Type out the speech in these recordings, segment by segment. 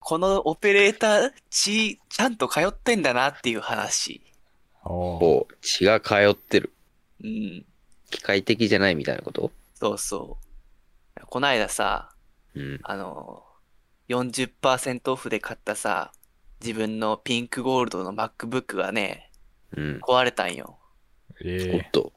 このオペレーターち、ちゃんと通ってんだなっていう話。おーこう、血が通ってる。うん。機械的じゃないみたいなことそうそう。こないださ、うん。あの、40%オフで買ったさ、自分のピンクゴールドの MacBook がね、うん。壊れたんよ。おえっと。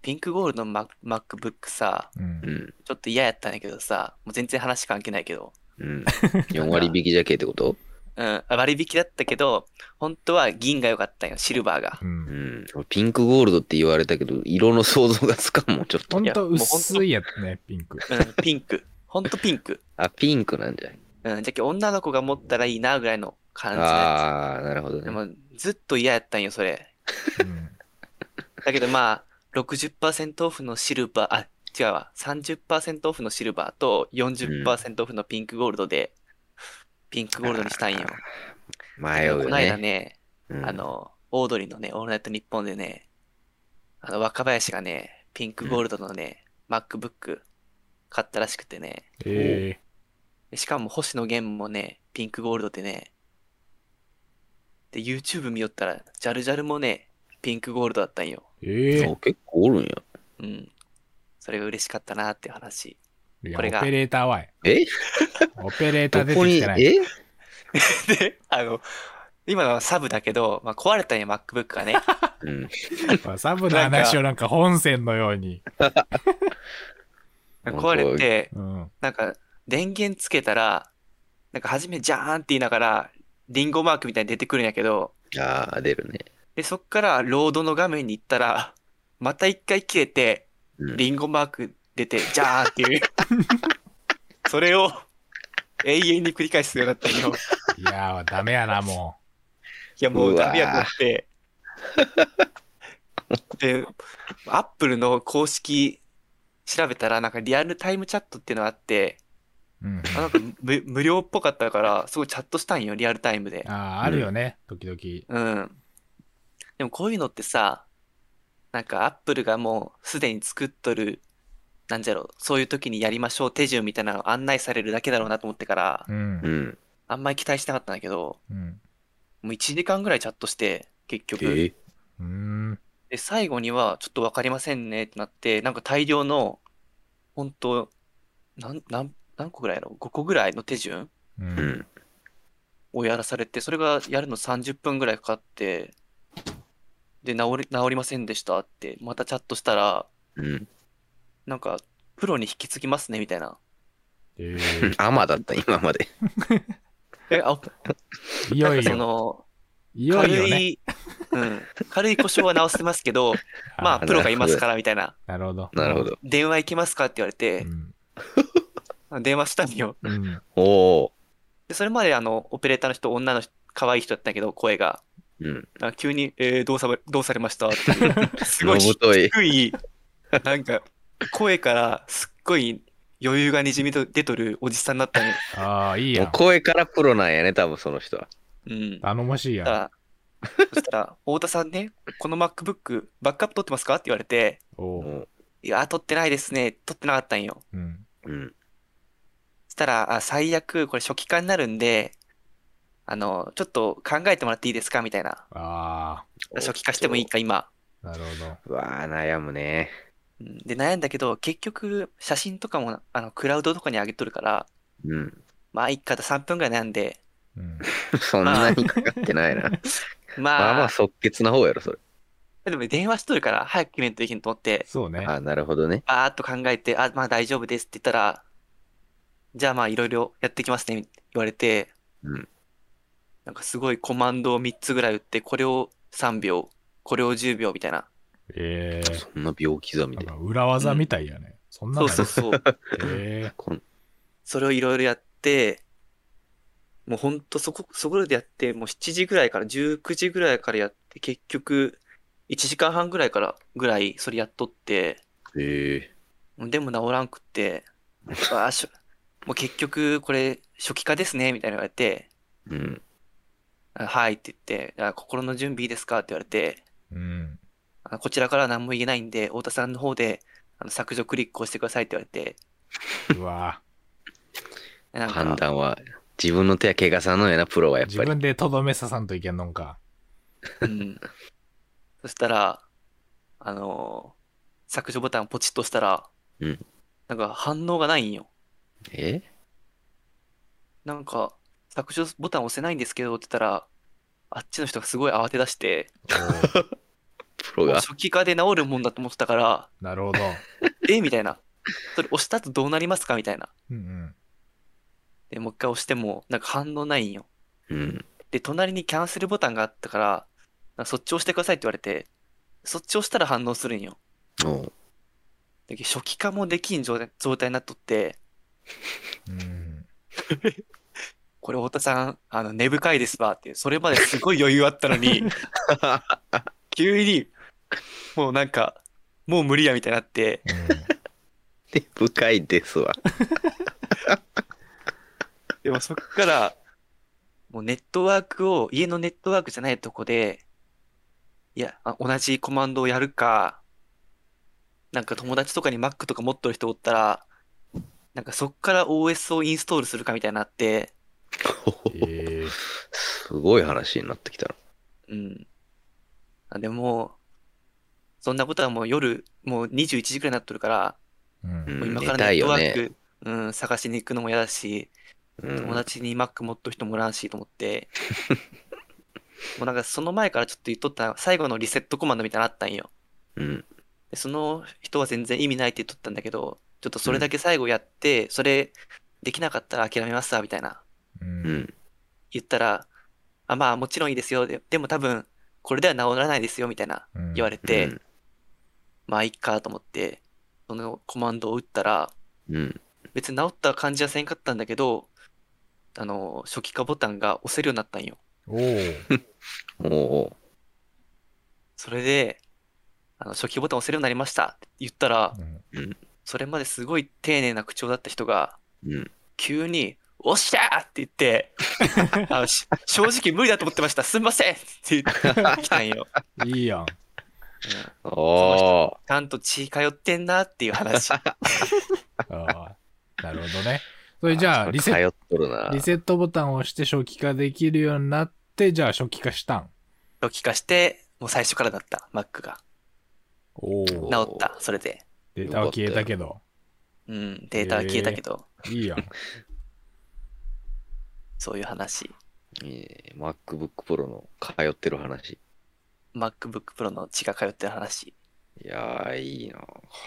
ピンクゴールドの Mac- MacBook さ、えうんう。ん。ちょっと嫌やったんやけどさ、もう全然話関係ないけど、うん。4割引きじゃけってことうん、割引だったけど、本当は銀が良かったんよ、シルバーが。うんうん。ピンクゴールドって言われたけど、色の想像がつかんもん、ちょっとほ。んいやもとうほんと薄いやつね、ピンク。うん、ピンク。ほんとピンク。あ、ピンクなんじゃないうん、じゃけ女の子が持ったらいいなぐらいの感じのやああ、なるほどつ。でね。も、ずっと嫌やったんよ、それ。うんだけどまあ、60%オフのシルバー、あ、違うわ、30%オフのシルバーと40%オフのピンクゴールドで、ピンクゴールドにしたんよ。迷うこよの間ね。ね、うんあ、の、オードリーのね、オールナイトニッポンでね、あの、若林がね、ピンクゴールドのね、MacBook 買ったらしくてね、えでしかも星野源もね、ピンクゴールドでね、で、YouTube 見よったら、ジャルジャルもね、ピンクゴールドだったんよ。ええそう結構おるんや。うん。それが嬉しかったなっていう話。 えいやこれがオペレーターはええ オペレーターど出てこきに、てない。えで、あの、今のはサブだけど、まあ、壊れたんよ、MacBook がね。うん。サブの話をなんか本線のように。本当壊れて、うん。なんか、電源つけたら、なんか、初め、ジャーンって言いながら、リンゴマークみたいに出てくるんやけど、ああ、出るね。で、そっから、ロードの画面に行ったら、また一回切れて、うんリンゴマーク出て、ジャーンっていう。それを、永遠に繰り返すようになったんよ。いやー、ダメやな、もいや、もううわーダメやと思って。で、アップルの公式調べたら、なんかリアルタイムチャットっていうのがあって、う。うん。あなんか無無料っぽかったから、すごいチャットしたんよ、リアルタイムで。ああ、あるよね、時々。うん。でもこういうのってさ、なんかアップルがもうすでに作っとる、なんじゃろう、そういう時にやりましょう手順みたいなのを案内されるだけだろうなと思ってから、うんう。ん。あんまり期待してなかったんだけど、うん。もう1時間ぐらいチャットして、結え局。ーうん。で、最後には、ちょっとわかりませんねってなって、なんか大量の、本当なん、なん、何個ぐらいの ?5 個ぐらいの手順う。うんん。をやらされて、それがやるの30分ぐらいかかって、で、治り、治りませんでしたって、またチャットしたら、うん。なんか、プロに引き継ぎますね、みたいな。えアマだった、今まで。え、あ、えいよなんいかそよ。の、いよいよ軽ね。い、うん、軽い故障は直せますけど、まあ、 あプロがいますから、みたいな。なるほど。なるほど。電話行きますかって言われてう、ん。電話したんよ。うん。おお。で、それまであの、オペレーターの人、女の人、可愛い人だったんやけど、声が。うん。なんか急に、えー、どうさば、どうされましたって いう。すごいのぶとい。低い、なんか、声からすっごい余裕がにじみと出とるおじさんだったね。ああ、いいもや。うん声からプロなんやね、多分その人は。うん。頼もしだいやかん。ら、そしたら、太田さんね、この MacBook、バックアップ取ってますかって言われて、おう。ういや、取ってないですね。取ってなかったんよ。うん。ん。そしたら、あ、最悪、これ初期化になるんで、あの、ちょっと考えてもらっていいですかみたいな。あ初期化してもいいか、今。あ、なるほど。うわあ、悩むね。うんで、悩んだけど、結局、写真とかも、あの、クラウドとかに上げとるから、うん。 まあ、一家と3分ぐらい悩んで、うん。そんなにかかってないな。まあままあ、即決な方やろ、それ。あ、でも電話しとるから、早く決めんといけんと思って、そうね。ああ、なるほどね。バーっと考えて、あ、まあ大丈夫ですって言ったら、じゃあまあ、いろいろやってきますね、言われて、うんなんかすごいコマンドを3つぐらい打って、これを3秒、これを10秒みたいな。ええ。そんな秒刻みなんでか。裏技みたいやね。そんなそのうそうそう。 えこんそれをいろいろやって、もうほんとそこ、そこでやって、もう7時ぐらいから19時ぐらいからやって、結局1時間半ぐらいからぐらいそれやっとって、へえ。でも治らんくって、あしょもう結局これ初期化ですね、みたいなの言われて、うん。あはいって言って、あ心の準備いいですかって言われて、え。うん。あこちらからは何も言えないんで、太田さんの方であの削除クリックをしてくださいって言われて、うわなんか判断は自分の手は怪我さんのやな、プロはやっ自ぱり。分でとどめささんといけんのんか。うん。そしたら、あのー削除ボタンをポチッと押したら、うんなんか反応がないんよ。えなんか、削除ボタン押せないんですけどって言ったら、あっちの人がすごい慌て出して、プロもうが。初期化で治るもんだと思ってたから、なるほど。えみたいな。それ押した後どうなりますかみたいな。うんうん。で、もう一回押しても、なんか反応ないんよ。うん。で、隣にキャンセルボタンがあったから、なんかそっち押してくださいって言われて、そっち押したら反応するんよ。おうで初期化もできん状態状態になっとって、うん。これ太田さん、あの、根深いですわって、それまですごい余裕あったのに、急に、もうなんか、もう無理やみたいになって、で、深いですわ。 でもそっから、もうネットワークを、家のネットワークじゃないとこで、いや、あ同じコマンドをやるか、なんか友達とかに Mac とか持ってる人おったら、なんかそっから OS をインストールするかみたいになって、ええすごい話になってきたな。うん。あ、でも、そんなことはもう夜、もう21時くらいになっとるから、ううんん。もう今寝からネたいットよワーねク、うん、探しに行くのも嫌だし、うん友達に Mac 持っとる人もおらんしと思って、 もうなんかその前からちょっと言っとった、最後のリセットコマンドみたいなのあったんよ。うん。で、その人は全然意味ないって言っとったんだけど、ちょっとそれだけ最後やって、それできなかったら諦めますわ、みたいな。う。うんん。言ったら、あ、まあもちろんいいですよ。で、でも多分、これでは治らないですよ、みたいなうん言われて、まあいいかと思って、そのコマンドを打ったら、うん、うん。別に治った感じはせんかったんだけど、あの、初期化ボタンが押せるようになったんよ。おお。おうそれで、あの、初期ボタン押せるようになりましたって言ったら、うんそれまですごい丁寧な口調だった人が、うん。急に、おっしゃーって言って、あのし正直無理だと思ってました。すみませんって言ってきたんよ。いいやん。うんちおーゃんと血通ってんなっていう話。ああ。なるほどね。それじゃあ、リセッ通っとるなト、。リセットボタンを押して初期化できるようになって、じゃあ初期化したん。初期化して、もう最初からだった、Mac が。おお。お治った、それで。データは消えたけど。うん、データは消えたけど、いいやん。そういう話。いいね MacBook Pro の通ってる話。 MacBook Pro の血が通ってる話。いやー、いいな。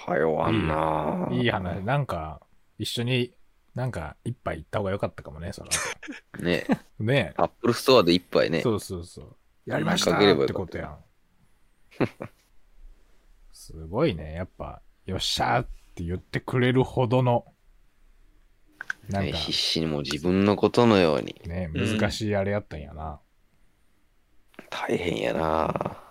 通わんな。いい話。。なんか、一緒に、なんか、一杯行った方が良かったかもね、そ の後。ね。ねアップルストアで一杯ね。そうそうそう。やりましたかけれーばっよてかこったとやん。 すごいね。やっぱ、よっしゃーって言ってくれるほどの、なんねか、必死にもう自分のことのように。ね、うん難しいあれやったんやな。大変やな。